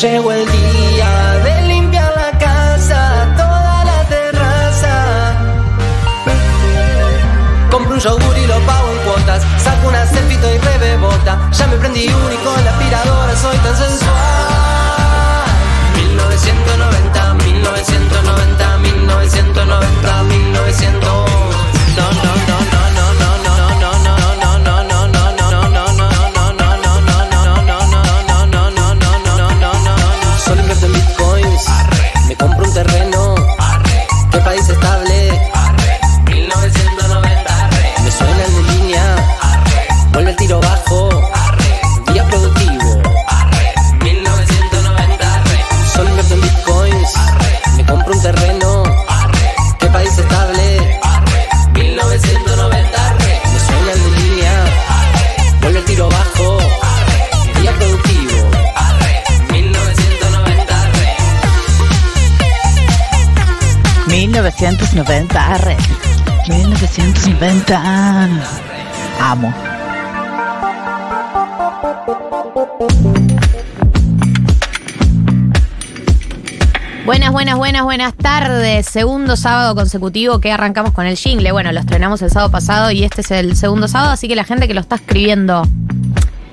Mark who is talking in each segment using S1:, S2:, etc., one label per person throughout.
S1: llegó el día de limpiar la casa, toda la terraza. Compro un yogur y lo pago en cuotas, saco una selfie y rebebota. Ya me prendí un y con la aspiradora soy tan sensual. 1990, 1990, 1990, 1900. No, no, no, no, no, no, no, no, no, no, no, no, no, no, no, no, no, no, no, no, no, no, no, no, no, no, no, no, no, no. Solo invierto en bitcoins. Me compro un terreno. De país estable. 1990. Me suena el de línea. Vuelve el tiro bajo. Día productivo. 1990. Solo invierto en bitcoins. Me compro un terreno. De país estable. 1990. Me suena el de línea. Vuelve el tiro bajo. Día productivo. 1990.
S2: 1990, arre. 1990. Amo.
S3: Buenas, buenas, buenas, buenas tardes. Segundo sábado consecutivo que arrancamos con el jingle. Bueno, lo estrenamos el sábado pasado y este es el segundo sábado, así que la gente que lo está escribiendo,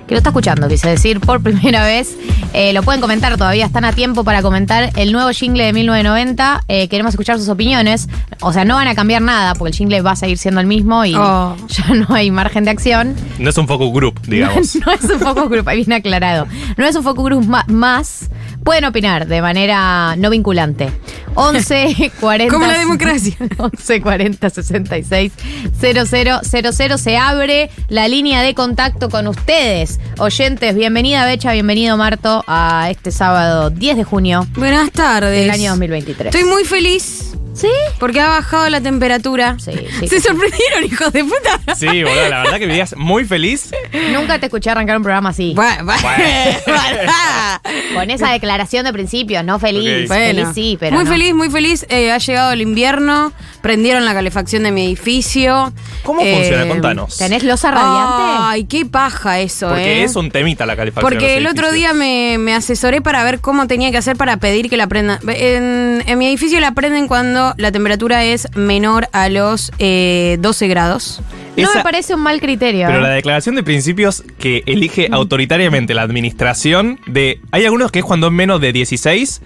S3: que lo está escuchando, quise decir, por primera vez, eh, lo pueden comentar todavía, están a tiempo para comentar el nuevo jingle de 1990. Eh, queremos escuchar sus opiniones. O sea, no van a cambiar nada, porque el jingle va a seguir siendo el mismo y
S4: Oh.
S3: ya no hay margen de acción.
S5: No es un focus group, digamos.
S3: No es un focus group, ahí bien aclarado. No es un focus group ma- más. Pueden opinar de manera no vinculante. 11 40
S4: Como la democracia.
S3: 11 40 66 000 se abre la línea de contacto con ustedes. Oyentes, bienvenida Becha, bienvenido Marto a este sábado 10 de junio
S4: Buenas tardes.
S3: del año 2023.
S4: Estoy muy feliz
S3: ¿Sí?
S4: porque ha bajado la temperatura.
S3: Sí, sí.
S4: Se sorprendieron, hijos de puta.
S5: Sí, boludo, la verdad que vivías muy feliz.
S3: Nunca te escuché arrancar un programa así.
S4: Bueno, bueno, pará.
S3: Con esa declaración de principios, no feliz. Feliz
S5: Ok.
S4: Bueno,
S3: sí, pero
S4: muy
S3: no.
S4: feliz, muy feliz. Eh, ha llegado el invierno, prendieron la calefacción de mi edificio.
S5: ¿Cómo
S4: Eh,
S5: funciona? Contanos.
S3: ¿Tenés losa radiante?
S4: Ay, qué paja eso,
S5: Porque
S4: eh.
S5: es un temita la calefacción.
S4: Porque
S5: en
S4: el
S5: los
S4: otro día me,
S5: edificios.
S4: me asesoré para ver cómo tenía que hacer para pedir que la prendan. En, en mi edificio la prenden cuando la temperatura es menor a los eh, 12 grados.
S3: No me
S5: Esa-
S3: parece un mal criterio.
S5: Pero
S3: ¿eh?
S5: la declaración de principios que
S4: Mm.
S5: elige autoritariamente la administración de... Hay algunos que es cuando es menos de 16,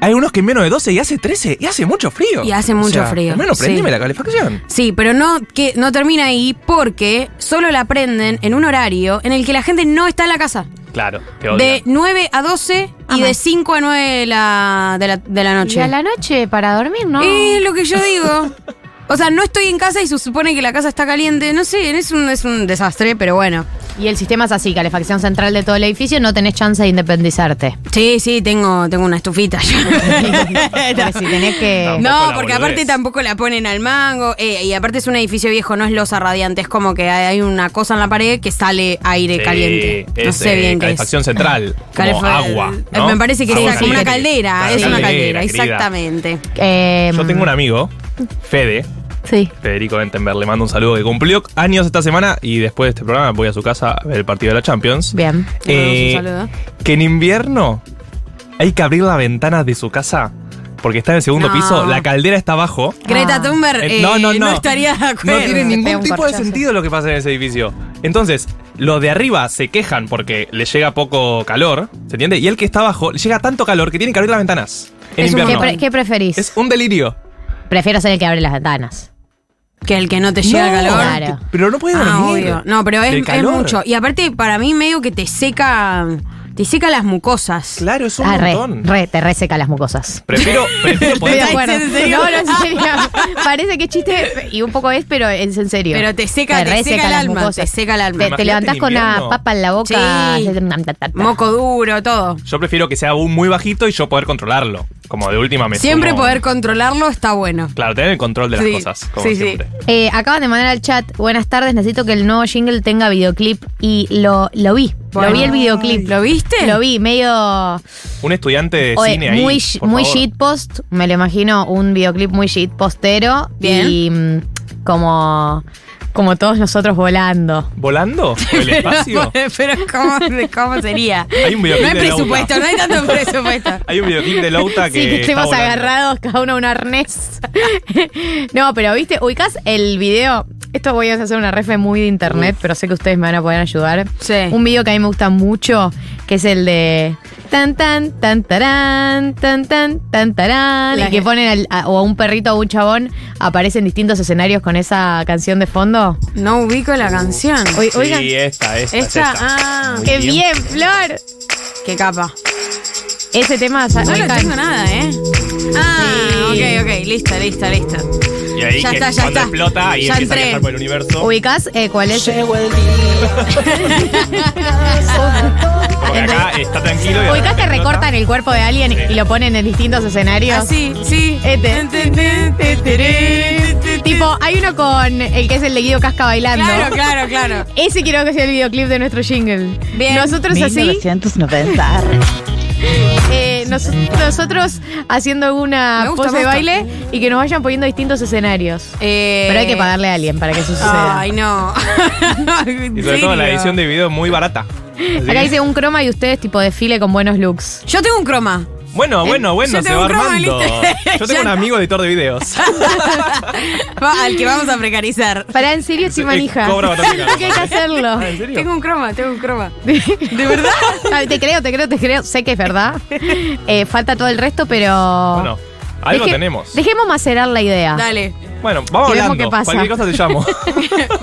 S5: hay unos que es menos de 12 y hace 13 y hace mucho frío.
S4: Y hace
S5: O
S4: mucho
S5: sea,
S4: frío,
S5: Hermano,
S4: sí.
S5: prendime la calefacción.
S4: Sí, pero no, que, no termina ahí porque solo la prenden en un horario en el que la gente no está en la casa.
S5: Claro, te odio.
S4: De 9 a 12 y
S3: Ama.
S4: de 5 a 9 de la, de la, de la noche.
S3: Y a la noche para dormir, ¿no?
S4: Es lo que yo digo. O sea, no estoy en casa y se supone que la casa está caliente. No sé, es un, es un desastre, pero bueno.
S3: Y el sistema es así, calefacción central de todo el edificio, no tenés chance de independizarte.
S4: Sí, sí, tengo, tengo una estufita.
S3: Porque si tenés que...
S5: Tampoco
S4: no,
S5: la
S4: porque
S5: boludez.
S4: aparte tampoco la ponen al mango. eh, y aparte es un edificio viejo, no es losa radiante. Es como que hay hay una cosa en la pared que sale aire
S5: Sí,
S4: caliente. No
S5: es,
S4: sé
S5: eh,
S4: bien qué es.
S5: calefacción central, como
S4: Calefa-
S5: agua.
S4: eh,
S5: ¿no?
S4: Me parece que
S5: Agua
S4: es como una
S5: caliente.
S4: caldera.
S5: Claro,
S4: Es una caldera,
S5: querida.
S4: exactamente.
S3: Eh,
S5: Yo tengo un amigo, Fede,
S3: Sí.
S5: Federico Entenberg, le mando un saludo que cumplió años esta semana y después de este programa voy a su casa a ver el partido de la Champions.
S3: Bien.
S5: Eh,
S4: Le mandamos un saludo.
S5: que en invierno hay que abrir la ventana de su casa porque está en el segundo
S4: No.
S5: piso, la caldera está abajo.
S4: Greta Thunberg
S5: Eh,
S4: eh, no, estaría de acuerdo.
S5: No tiene
S3: Te pega
S5: ningún
S3: un
S5: tipo de
S3: corchazo.
S5: sentido lo que pasa en ese edificio. Entonces, los de arriba se quejan porque les llega poco calor, ¿se entiende? Y el que está abajo le llega tanto calor que tienen que abrir las ventanas. En
S4: Es un
S3: ¿Qué,
S5: invierno.
S3: pre- qué preferís?
S5: es un delirio.
S3: Prefiero ser el que abre las ventanas.
S4: Que el que no te llega
S5: No,
S4: el calor.
S3: Claro.
S5: Pero no puede dormir.
S4: Ah, obvio. No, pero es,
S5: Del
S4: es
S5: calor.
S4: mucho. Y aparte, para mí, medio que te seca. Te seca las mucosas.
S5: Claro, es un
S3: ah, re,
S5: montón.
S3: re, te reseca las mucosas.
S5: Prefiero, prefiero
S3: Estoy de
S5: poder.
S3: acuerdo.
S4: ¿Es en serio?
S3: No, no, en serio. Parece que es chiste y un poco es, pero es en serio.
S4: Pero te seca- te
S3: reseca
S4: seca el
S3: las
S4: alma,
S3: mucosas.
S4: te seca el alma.
S3: Te- Te,
S5: Imagínate
S3: levantás
S5: en
S3: con una
S5: invierno.
S3: papa en la boca.
S4: Sí. Moco duro, todo.
S5: Yo prefiero que sea un muy bajito y yo poder controlarlo. Como de última mesa.
S4: Siempre poder controlarlo está bueno.
S5: Claro, tener el control de las
S4: Sí,
S5: cosas. Como
S4: sí, sí.
S5: siempre.
S3: Eh, acaban de mandar al chat, buenas tardes, necesito que el nuevo jingle tenga videoclip y lo, lo vi,
S4: Bueno.
S3: lo vi el videoclip.
S4: ¿Lo viste?
S3: Lo vi, medio
S5: Un estudiante de
S3: oye,
S5: cine ahí.
S3: muy,
S5: por
S3: muy
S5: favor.
S3: shitpost, me lo imagino, un videoclip muy shitpostero
S4: Bien.
S3: y mm, como como todos nosotros volando.
S5: ¿Volando? ¿O el espacio?
S4: Pero, pero ¿cómo, ¿cómo sería?
S5: Hay un
S4: No
S5: videoclip
S4: hay
S5: de Lauta.
S4: presupuesto, no hay tanto presupuesto.
S5: Hay un videoclip de Lauta Ah, que.
S3: sí, que
S5: está
S3: estemos
S5: volando.
S3: agarrados cada uno a un arnés. no, pero viste, ubicás el video. Esto voy a hacer una refe muy de internet, pero sé que ustedes me van a poder ayudar.
S4: Sí.
S3: Un video que a mí me gusta mucho, que es el de tan tan tan tarán, tan tan tan tarán,
S4: La
S3: y que
S4: que-
S3: ponen al- a, o a un perrito o a un chabón aparecen distintos escenarios con esa canción de fondo.
S4: No ubico la canción.
S3: Oi- oigan,
S4: eh,
S5: Sí, esta, esta. es
S4: Esta, ah,
S5: Muy
S3: qué bien, Flor.
S4: qué capa.
S3: Ese tema, o sea,
S4: No
S3: me
S4: lo
S3: encanta.
S4: tengo nada, ¿eh? Ah,
S3: Sí.
S4: ok, ok, lista, lista, lista.
S5: Y ahí
S4: Ya
S5: que
S4: está, ya está.
S5: cuando explota y
S4: Ya
S5: empieza
S4: entré.
S5: a viajar por el universo.
S3: ubicás eh, cuál es.
S1: Llegó el día.
S5: Porque acá está tranquilo. y de
S3: Ubicás que
S5: repente
S3: recortan el cuerpo de alguien y lo ponen en distintos escenarios.
S4: Así, Ah, sí.
S3: Este. Tipo, hay uno con el que es el de Guido Casca bailando.
S4: Claro, claro, claro.
S3: Ese quiero que sea el videoclip de nuestro jingle.
S4: Bien.
S3: Nosotros así,
S2: 1990. arre.
S3: eh, nos- nosotros haciendo una
S4: Me gusta,
S3: pose
S4: me
S3: de
S4: gusta.
S3: baile y que nos vayan poniendo distintos escenarios.
S4: Eh,
S3: Pero hay que pagarle a alguien para que eso suceda.
S4: Ay, no.
S5: Y sobre todo la edición de video muy barata. Así
S3: Acá
S5: que-
S3: dice un croma y ustedes tipo desfile con buenos looks.
S4: Yo tengo un croma.
S5: Bueno, bueno, bueno,
S4: yo
S5: se
S4: tengo
S5: va
S4: un croma,
S5: armando.
S4: ¿viste?
S5: Yo tengo
S4: Ya
S5: un
S4: está.
S5: amigo editor de videos.
S4: Va- al que vamos a precarizar.
S3: Para en serio,
S5: Sí, eh,
S3: estoy manija.
S5: cobra bastante caro. Ah,
S3: Porque hay que hacerlo.
S5: ¿En serio?
S4: Tengo un croma, tengo un croma. ¿De verdad?
S3: Ay, te creo, te creo, te creo. Sé que es verdad. Eh, falta todo el resto, pero.
S5: Bueno, algo
S3: Deje-
S5: tenemos.
S3: Dejemos macerar la idea.
S4: Dale,
S5: Bueno, vamos
S3: Y vemos
S5: hablando.
S3: qué pasa.
S5: Cualquier cosa te llamo.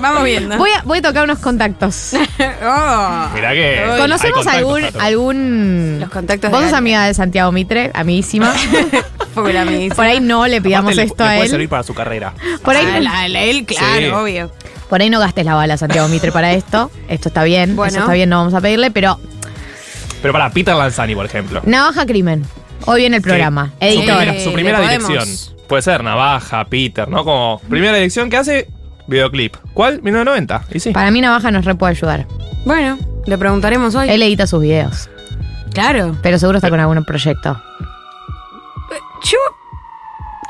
S4: vamos viendo.
S3: Voy a, voy a tocar unos contactos.
S4: Oh.
S5: Mirá que.
S4: Uy.
S5: hay
S3: ¿Conocemos
S5: contactos
S3: algún,
S5: para todo.
S3: algún.
S4: Los contactos
S3: Vos
S4: de
S3: sos
S4: Ale.
S3: amiga de Santiago Mitre, amiguísima.
S4: Porque la me dice.
S3: Por ahí no le pidamos
S5: Aparte, le-
S3: esto
S5: le
S3: a
S5: puede
S3: él.
S5: servir para su carrera.
S3: Por ahí,
S4: Ah, la- la- él, claro,
S5: Sí.
S4: obvio.
S3: por ahí no gastes la bala, Santiago Mitre, para esto. Esto está bien,
S4: Bueno.
S3: eso está bien, no vamos a pedirle, pero.
S5: Pero para Peter Lanzani, por ejemplo.
S3: Navaja Crimen. Hoy viene el programa.
S5: Que Su
S3: Editor.
S5: primera, su
S4: Eh,
S5: primera
S4: le podemos.
S5: dirección. Puede ser Navaja, Peter, ¿no? Como primera dirección que hace videoclip. ¿Cuál? 1990. Y sí.
S3: Para mí, Navaja nos re puede ayudar.
S4: Bueno, le preguntaremos hoy.
S3: Él edita sus videos.
S4: Claro.
S3: Pero seguro está con algún proyecto.
S4: Yo.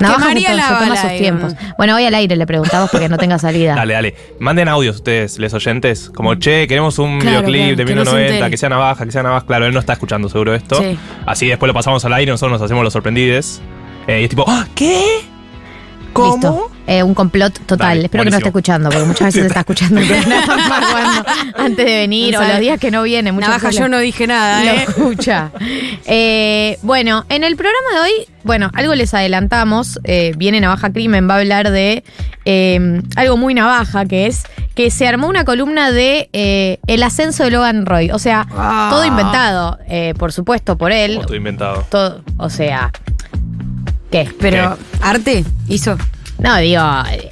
S3: Navaja se,
S4: Quemaría la
S3: se toma
S4: bala,
S3: sus tiempos.
S4: digamos.
S3: Bueno, hoy al aire le preguntamos porque no tenga salida.
S5: Dale, dale. Manden audios ustedes, les oyentes. Como, che, queremos un
S4: Claro,
S5: videoclip
S4: claro,
S5: de
S4: que no se
S5: 1990,
S4: entere.
S5: que sea navaja, que sea navaja. Claro, él no está escuchando seguro esto.
S4: Sí.
S5: Así después lo pasamos al aire, nosotros nos hacemos los sorprendides. Eh, y es tipo, ¡Ah! ¿qué? ¿Cómo?
S3: Listo. Eh, un complot total.
S5: Dale,
S3: Espero que no esté
S5: buenísimo.
S3: escuchando, porque muchas veces está escuchando el programa cuando- antes de venir
S4: No
S3: o
S4: sabe.
S3: los días que no viene. muchas
S4: Navaja,
S3: veces
S4: yo
S3: lo-
S4: no dije nada,
S3: lo
S4: ¿eh?
S3: escucha. Eh, bueno, en el programa de hoy, bueno, algo les adelantamos. eh, viene Navaja Crimen, va a hablar de eh, algo muy navaja, que es que se armó una columna de eh, el ascenso de Logan Roy. O sea,
S4: Ah.
S3: todo inventado, eh, por supuesto, por él.
S5: Como estoy inventado.
S3: Todo, o sea, ¿qué?
S4: Pero, ¿arte? ¿Hizo?
S3: No, digo,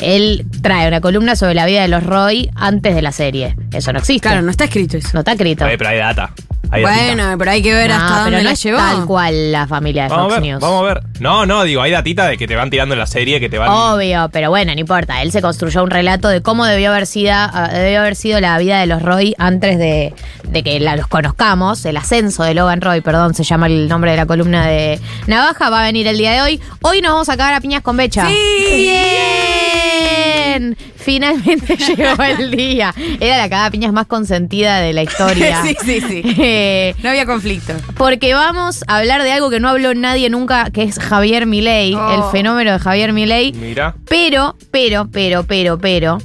S3: él trae una columna sobre la vida de los Roy antes de la serie. Eso no existe.
S4: Claro, no está escrito eso.
S3: No está escrito.
S5: Eh, pero hay data. Hay datita.
S4: Bueno, pero hay que ver
S3: No,
S4: hasta
S3: pero
S4: dónde
S3: no
S4: la
S3: es
S4: llevó.
S3: tal cual la familia de
S5: Vamos
S3: Fox
S5: a ver,
S3: News.
S5: vamos a ver. No, no, digo, hay datita de que te van tirando en la serie, que te van.
S3: Obvio, pero bueno, no importa. Él se construyó un relato de cómo debió haber sido, ah, debió haber sido la vida de los Roy antes de, de que la- los conozcamos. El ascenso de Logan Roy, perdón, se llama el nombre de la columna de Navaja. Va a venir el día de hoy. Hoy nos vamos a cagar a piñas con Becha.
S4: Sí.
S3: ¡Bien! Finalmente llegó el día. Era la cagada a piñas más consentida de la historia.
S4: sí, sí, sí.
S3: Eh,
S4: No había conflicto.
S3: porque vamos a hablar de algo que no habló nadie nunca, que es Javier Milei,
S4: Oh.
S3: el fenómeno de Javier Milei.
S5: Mira.
S3: Pero, pero, pero, pero, pero.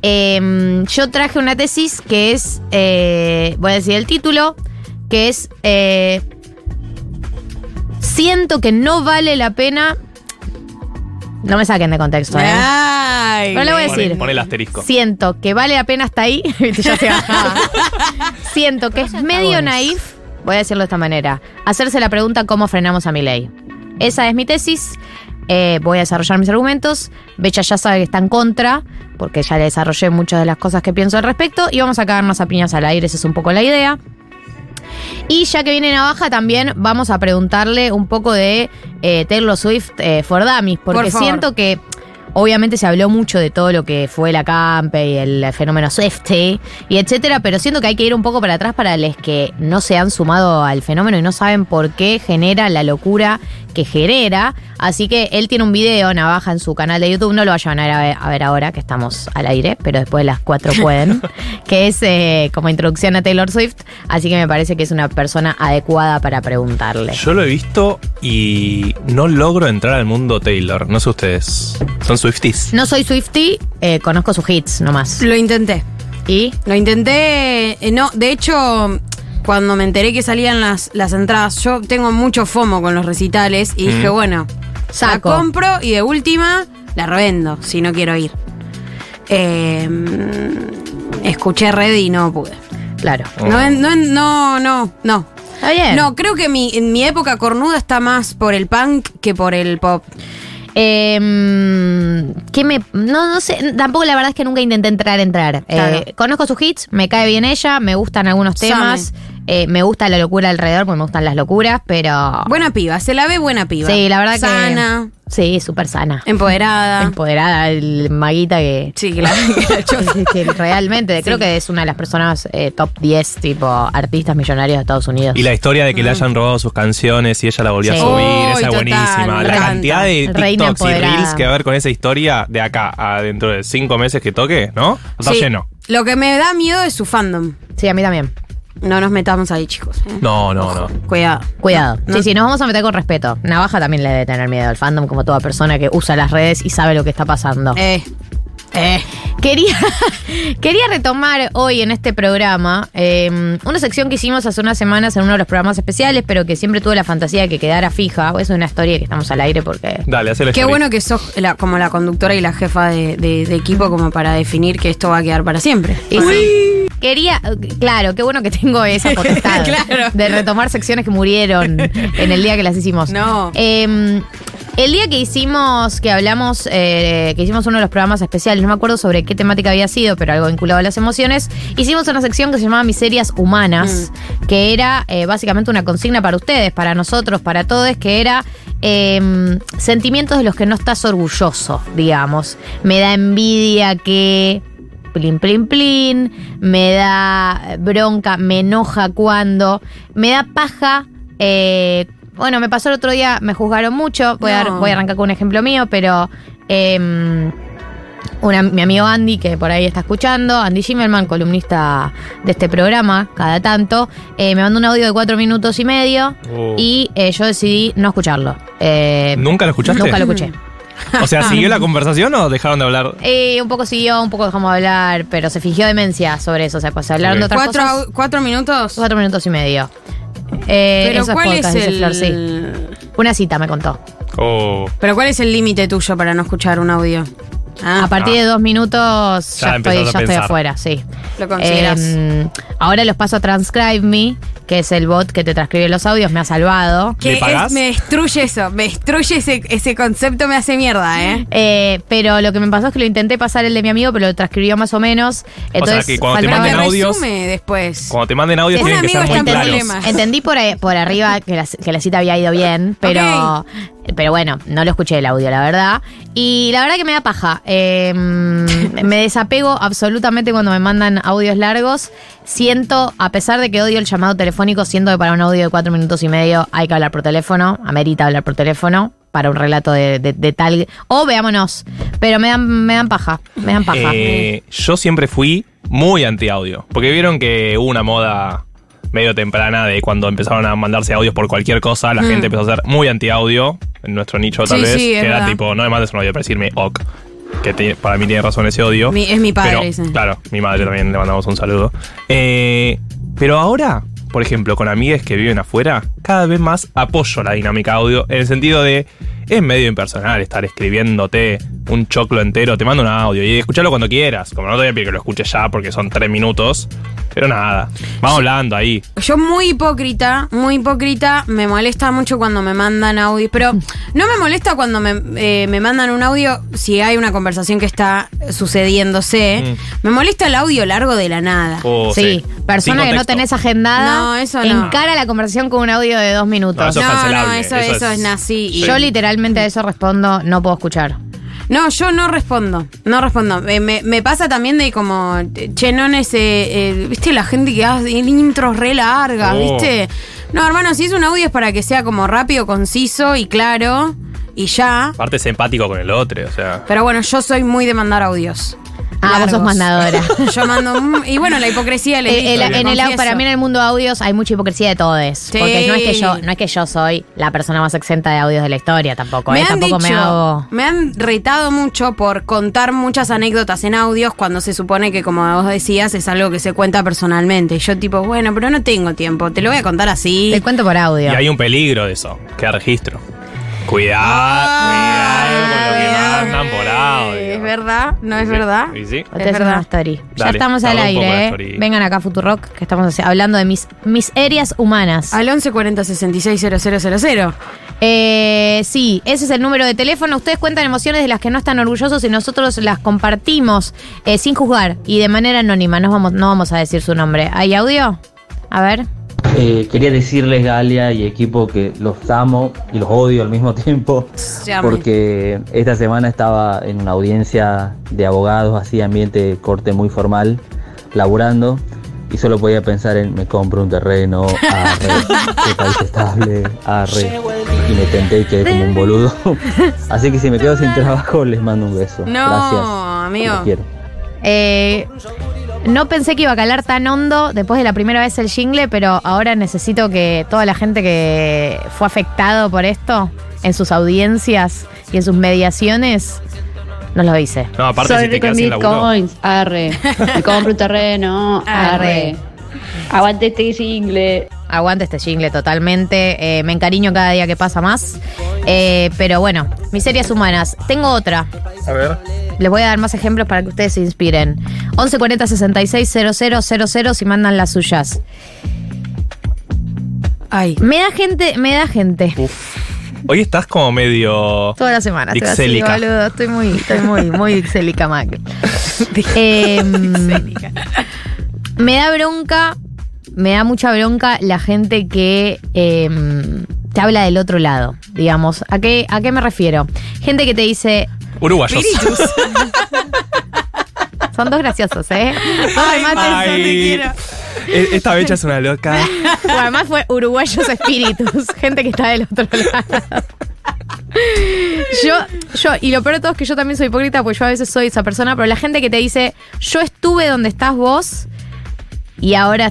S3: em, yo traje una tesis que es. eh, voy a decir el título. Que es. eh, siento que no vale la pena. No me saquen de contexto, ¿eh?
S4: Ah, Ay.
S3: No le voy a
S5: Pon
S3: decir.
S5: el- pon el asterisco.
S3: Siento que vale la pena hasta ahí. Viste, ya se
S4: Ah.
S3: bajaba. Siento que es medio naif, voy a decirlo de esta manera, hacerse la pregunta cómo frenamos a mi ley. Esa es mi tesis. eh, voy a desarrollar mis argumentos. Becha ya sabe que está en contra, porque ya le desarrollé muchas de las cosas que pienso al respecto. Y vamos a cagarnos a piñas al aire, esa es un poco la idea. Y ya que viene Navaja, también vamos a preguntarle un poco de eh, Taylor Swift eh, for Dummies, porque
S4: Por favor.
S3: siento que Obviamente se habló mucho de todo lo que fue la campe y el fenómeno Swifty y etcétera, pero siento que hay que ir un poco para atrás para los que no se han sumado al fenómeno y no saben por qué genera la locura que genera. Así que él tiene un video, Navaja, en su canal de YouTube. No lo vayan a ver, a ver- a ver ahora, que estamos al aire, pero después de las cuatro pueden. que es eh, como introducción a Taylor Swift. Así que me parece que es una persona adecuada para preguntarle.
S5: Yo lo he visto y no logro entrar al mundo Taylor. No sé ustedes. Son Swifties.
S3: No soy Swifty, conozco sus hits nomás.
S4: Lo intenté.
S3: Y
S4: Lo intenté. eh, no, de hecho, cuando me enteré que salían las, las entradas, yo tengo mucho fomo con los recitales y dije, bueno,
S3: Saco.
S4: la compro y de última la revendo si no quiero ir. Eh, escuché Red y no pude.
S3: claro.
S4: No, en- no, en- no, no, no.
S3: Está bien.
S4: No, creo que mi, en mi época cornuda está más por el punk que por el pop.
S3: Eh, ¿Qué me.? No, no sé. Tampoco la verdad es que nunca intenté entrar, entrar.
S4: Claro.
S3: Eh, conozco sus hits, me cae bien ella, me gustan algunos
S4: Same.
S3: temas. eh, me gusta la locura alrededor, porque me gustan las locuras, pero.
S4: Buena piba, se la ve buena piba.
S3: sí, la verdad que.
S4: Sana,
S3: Sí, súper sana.
S4: empoderada.
S3: Empoderada, el maguita que.
S4: sí, claro.
S3: que- que realmente, creo que es una de las personas eh, top 10, tipo artistas millonarios de Estados Unidos.
S5: Y la historia de que le hayan robado sus canciones y ella la volvió
S3: Sí.
S5: a subir,
S4: Ay,
S5: esa
S4: Ah.
S5: es
S4: total,
S5: buenísima.
S4: me
S5: La
S4: encanta.
S5: cantidad de
S3: Reina
S5: TikToks y
S3: empoderada.
S5: Reels que va a haber con esa historia de acá a dentro de cinco meses que toque, ¿no? Está
S4: Sí.
S5: lleno.
S4: Lo que me da miedo es su fandom.
S3: Sí, a mí también.
S4: No nos metamos ahí, chicos. ¿eh?
S5: No, no, no.
S4: Cuidado.
S3: Cuidado.
S4: No.
S3: Sí, sí, nos vamos a meter con respeto. Navaja también le debe tener miedo al fandom, como toda persona que usa las redes y sabe lo que está pasando.
S4: Eh, eh.
S3: Quería, quería retomar hoy en este programa eh, una sección que hicimos hace unas semanas en uno de los programas especiales, pero que siempre tuve la fantasía de que quedara fija. Es una historia que estamos al aire porque.
S5: Dale, hacele
S4: Qué bueno que sos la- como la conductora y la jefa de, de- de equipo como para definir que esto va a quedar para siempre.
S3: Y sí, quería, claro, qué bueno que tengo esa potestad
S4: Claro.
S3: de retomar secciones que murieron en el día que las hicimos.
S4: No.
S3: Eh, el día que hicimos, que hablamos, eh, que hicimos uno de los programas especiales, no me acuerdo sobre qué temática había sido, pero algo vinculado a las emociones, hicimos una sección que se llamaba Miserias Humanas, que era eh, básicamente una consigna para ustedes, para nosotros, para todos, que era eh, sentimientos de los que no estás orgulloso, digamos. Me da envidia que plin, plin, plin, me da bronca, me enoja cuando, me da paja. eh, bueno, me pasó el otro día, me juzgaron mucho, voy, a, dar-
S4: No.
S3: voy a arrancar con un ejemplo mío, pero em, una- mi amigo Andy, que por ahí está escuchando, Andy Zimmerman, columnista de este programa, cada tanto, eh, me mandó un audio de cuatro minutos y medio
S5: Oh.
S3: y eh, yo decidí no escucharlo. Eh,
S5: ¿Nunca lo escuchaste?
S3: nunca lo escuché.
S5: O sea, ¿siguió la conversación o dejaron de hablar?
S3: Eh, un poco siguió, un poco dejamos de hablar, pero se fingió demencia sobre eso. O sea, pues, se hablaron
S5: Ok.
S3: de otras
S4: Cuatro,
S3: cosas.
S4: au- cuatro minutos.
S3: Cuatro minutos y medio. Eh,
S4: Pero
S3: eso
S4: ¿cuál
S3: podcast,
S4: es
S3: dice
S4: el
S3: Flor, sí. Una cita me contó.
S5: Oh.
S4: Pero ¿cuál es el límite tuyo para no escuchar un audio? Ah,
S3: A partir de dos minutos
S5: Ya
S3: ya, estoy,
S5: empezás a
S3: ya estoy
S5: pensar.
S3: afuera, sí.
S4: Lo considerás.
S3: Eh, ahora los paso a Transcribe Me, que es el bot que te transcribe los audios, me ha salvado.
S4: que
S5: ¿Le
S4: es-
S5: pagás?
S4: me destruye eso, me destruye ese, ese concepto, me hace mierda, ¿eh?
S3: Eh, pero lo que me pasó es que lo intenté pasar el de mi amigo, pero lo transcribió más o menos. Entonces,
S5: que cuando te
S3: faltaba-
S4: Pero me
S5: manden audio- audios.
S4: resume después.
S5: Cuando te manden audio
S4: Un
S5: tienen que
S4: amigo
S5: ser
S4: está
S5: muy
S4: en
S5: claros.
S4: problemas.
S3: Entendí por, ahí- por arriba que la, que la cita había ido bien, pero, pero bueno, no lo escuché el audio, la verdad. Y la verdad que me da paja. Eh, me desapego absolutamente cuando me mandan audios largos. Siento, a pesar de que odio el llamado telefónico, siento que para un audio de cuatro minutos y medio hay que hablar por teléfono, amerita hablar por teléfono. Para un relato de, de- de tal. O veámonos. Pero me dan, me dan paja. Me dan paja.
S5: Eh, yo siempre fui muy anti-audio. Porque vieron que hubo una moda medio temprana de cuando empezaron a mandarse audios por cualquier cosa, la gente empezó a ser muy anti-audio. En nuestro nicho, tal
S4: Mm. Sí,
S5: vez,
S4: sí, es
S5: que era
S4: verdad.
S5: tipo, no me mandes un audio para decirme ok. Que te- para mí tiene razón ese odio.
S4: Mi- es mi padre,
S5: Pero,
S4: ese.
S5: Claro, mi madre también le mandamos un saludo. Eh, pero ahora, por ejemplo, con amigues que viven afuera, cada vez más apoyo la dinámica audio en el sentido de. Es medio impersonal estar escribiéndote un choclo entero, te mando un audio y escucharlo cuando quieras. Como no te voy a pedir que lo escuches ya porque son tres minutos, pero nada, vamos hablando ahí.
S4: Yo muy hipócrita, muy hipócrita, me molesta mucho cuando me mandan audio, pero no me molesta cuando me, eh, me mandan un audio si hay una conversación que está sucediéndose. Me molesta el audio largo de la nada.
S5: Mm. Oh,
S3: sí, persona
S5: Sin
S3: que no
S5: contexto.
S3: tenés agendada,
S4: No, eso no.
S3: encara la conversación con un audio de dos minutos.
S5: No, eso es
S4: no, no,
S5: cancelable,
S4: eso,
S5: eso
S4: eso
S5: es-
S4: es nazi.
S5: Sí.
S4: Y-
S3: Yo literalmente a eso respondo, no puedo escuchar.
S4: No, yo no respondo. No respondo. Eh, me, me pasa también de como eh, chenones, eh, eh, viste, la gente que hace intros re largas,
S5: Oh.
S4: viste. No, hermano, si es un audio es para que sea como rápido, conciso y claro y ya.
S5: Aparte es empático con el otro, o sea.
S4: Pero bueno, yo soy muy de mandar audios.
S3: Ah, vos sos
S4: largos.
S3: mandadora.
S4: Yo mando. mm, Y bueno, la hipocresía le
S3: Eh, el-
S5: bien.
S3: en el, au-
S4: confieso.
S3: para mí en el mundo audios hay mucha hipocresía de todos.
S4: Sí.
S3: Porque no es, que yo, no es que yo soy la persona más exenta de audios de la historia tampoco.
S4: Me
S3: eh,
S4: han,
S3: tampoco me
S4: dicho-
S3: hago.
S4: me han retado mucho por contar muchas anécdotas en audios cuando se supone que, como vos decías, es algo que se cuenta personalmente. Y yo tipo, bueno, pero no tengo tiempo, te lo voy a contar así.
S3: Te cuento por
S5: Y
S3: audio.
S5: hay un peligro de eso, queda registro. Cuidado, cuidado con lo que
S4: Ah,
S5: mandan por audio.
S4: Es verdad, no es
S5: Sí,
S4: verdad.
S5: y sí.
S3: Te hace
S4: verdad.
S3: una story. ya
S5: Dale,
S3: estamos al
S5: dale un poco de
S3: aire, eh.
S5: story.
S3: Vengan acá a Futurock, que estamos haci- hablando de mis, mis áreas humanas.
S4: Al 1140 66 000.
S3: Eh, sí, ese es el número de teléfono. Ustedes cuentan emociones de las que no están orgullosos y nosotros las compartimos eh, sin juzgar y de manera anónima. No vamos, no vamos a decir su nombre. ¿Hay audio? A ver.
S6: Eh, quería decirles, Galia y equipo, que los amo y los odio al mismo tiempo,
S4: Se ame.
S6: porque esta semana estaba en una audiencia de abogados, así ambiente corte muy formal, laburando, y solo podía pensar en me compro un terreno, arre, qué país estable, arre, y me tenté y quedé como un boludo. Así que si me quedo sin trabajo, les mando un beso.
S4: No,
S6: Gracias.
S4: amigo.
S6: Los quiero.
S3: Eh, no pensé que iba a calar tan hondo después de la primera vez el jingle, pero ahora necesito que toda la gente que fue afectado por esto en sus audiencias y en sus mediaciones nos lo dice.
S5: No, aparte
S7: Soy
S5: si te
S7: rico
S5: quedas
S7: en
S5: sin laburo.
S7: bitcoins, arre. Me compro un terreno,
S3: Arre.
S7: arre. Aguante este single.
S3: Aguante este jingle totalmente. eh, me encariño cada día que pasa más. Eh, pero bueno, miserias humanas. Tengo otra.
S5: A ver.
S3: Les voy a dar más ejemplos para que ustedes se inspiren. 1140 66 000 si mandan las suyas.
S4: Ay.
S3: Me da gente, me da gente.
S5: Hoy estás como medio.
S3: Toda la semana. Estoy así,
S5: Dixélica.
S3: boludo. Estoy muy, estoy muy, muy dixélica, Mac. Em, me da bronca, me da mucha bronca la gente que em, te habla del otro lado, digamos. ¿A qué, ¿A qué me refiero? Gente que te dice,
S5: Uruguayos.
S3: son dos graciosos, ¿eh?
S4: Ay,
S3: Además,
S4: Max, yo te quiero.
S5: Eh, Esta becha es una loca.
S3: Bueno, además fue uruguayos espíritus, gente que está del otro lado. Yo, yo, y lo peor de todo es que yo también soy hipócrita porque yo a veces soy esa persona, pero la gente que te dice, yo estuve donde estás vos y ahora,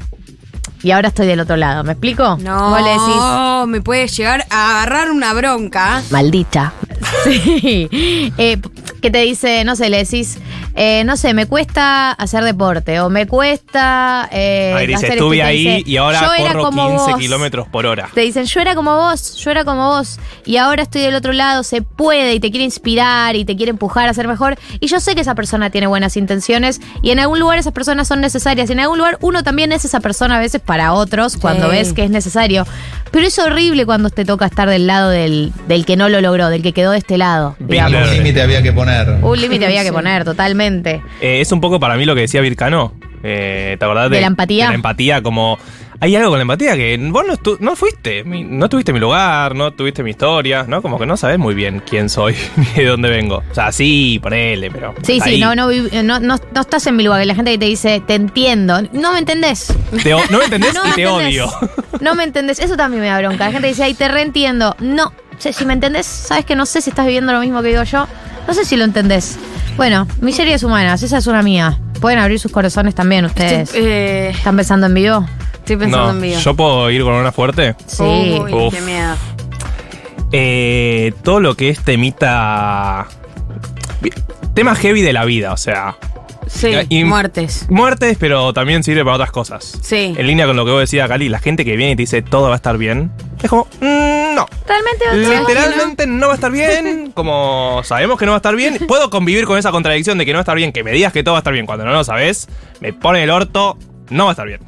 S3: y ahora estoy del otro lado, ¿me explico?
S4: No,
S3: Vos le decís,
S4: me puede llegar a agarrar una bronca.
S3: maldita. Sí. Eh, que te dice, no sé, le decís, eh, no sé, me cuesta hacer deporte o me cuesta... Eh,
S5: Ahí Ah, dice,
S3: hacer esto",
S5: estuve
S3: te
S5: ahí
S3: dice,
S5: y ahora
S3: "Yo era
S5: corro
S3: como
S5: 15
S3: vos".
S5: kilómetros por hora.
S3: Te dicen, yo era como vos, yo era como vos, y ahora estoy del otro lado, se puede, y te quiere inspirar, y te quiere empujar a ser mejor. Y yo sé que esa persona tiene buenas intenciones, y en algún lugar esas personas son necesarias, y en algún lugar uno también es esa persona a veces para otros, cuando ves que es necesario. Pero es horrible cuando te toca estar del lado del, del que no lo logró, del que quedó de este lado. digamos.
S5: Big
S8: Un
S5: Learning.
S8: límite había que poner.
S3: Un límite había que poner, totalmente.
S5: Eh, es un poco para mí lo que decía Vircano. Eh, ¿Te acordás
S3: ¿De la empatía?
S5: de la empatía, como. Hay algo con la empatía que vos no, estu- no fuiste, mi- no tuviste mi lugar, no tuviste mi historia, ¿no? Como que no sabés muy bien quién soy ni de dónde vengo. O sea, sí, ponele, pero.
S3: Sí,
S5: está
S3: sí,
S5: ahí.
S3: no, no, vi- no, no, no estás en mi lugar, que la gente que te dice, te entiendo, no me entendés.
S5: Te o- no me entendés
S3: No
S5: y
S3: me
S5: te
S3: entendés.
S5: odio.
S3: No me entendés. Eso también me da bronca. La gente dice, ay, te reentiendo. No. sé Si me entendés, sabes que no sé si estás viviendo lo mismo que digo yo. No sé si lo entendés. Bueno, miserias humanas. Esa es una mía. Pueden abrir sus corazones también ustedes.
S4: Estoy, eh,
S3: ¿Están pensando en vivo?
S4: estoy pensando
S5: No,
S4: en vivo.
S5: yo puedo ir con una fuerte.
S3: Sí.
S4: Uy,
S5: Uf.
S4: qué miedo.
S5: Eh, todo lo que es temita. Tema heavy de la vida, o sea.
S4: Sí,
S5: Y-
S4: muertes.
S5: Muertes, pero también sirve para otras cosas.
S4: Sí.
S5: En línea con lo que vos decías, Cali, la gente que viene y te dice todo va a estar bien. Es como, "Mm, no.
S3: Realmente
S5: Literalmente no va a estar bien. Como sabemos que no va a estar bien. Puedo convivir con esa contradicción de que no va a estar bien, que me digas que todo va a estar bien cuando no lo sabes. Me pone el orto, no va a estar bien.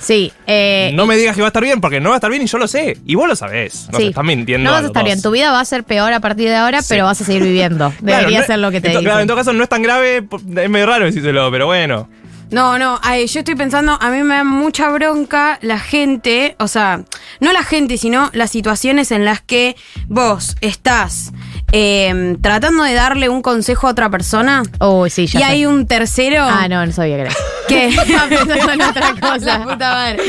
S3: Sí. eh,
S5: no me digas que va a estar bien porque no va a estar bien y yo lo sé. Y vos lo sabés. No
S3: sí.
S5: se están
S3: No
S5: mintiendo. a
S3: vas a
S5: los
S3: estar
S5: dos.
S3: bien. Tu vida va a ser peor a partir de ahora, pero vas a seguir viviendo.
S5: Claro,
S3: Debería
S5: no-
S3: ser lo que te
S5: en to-
S3: digo.
S5: Claro, en todo caso no es tan grave, po- es medio raro decírselo, pero bueno.
S4: No, no, ay, yo estoy pensando, a mí me da mucha bronca la gente, o sea, no la gente, sino las situaciones en las que vos estás eh, tratando de darle un consejo a otra persona.
S3: Uy, sí, ya.
S4: y
S3: sé.
S4: hay un tercero
S3: Ah, no, no sabía que era.
S4: que
S3: Estaba pensando en otra cosa.
S4: La puta madre.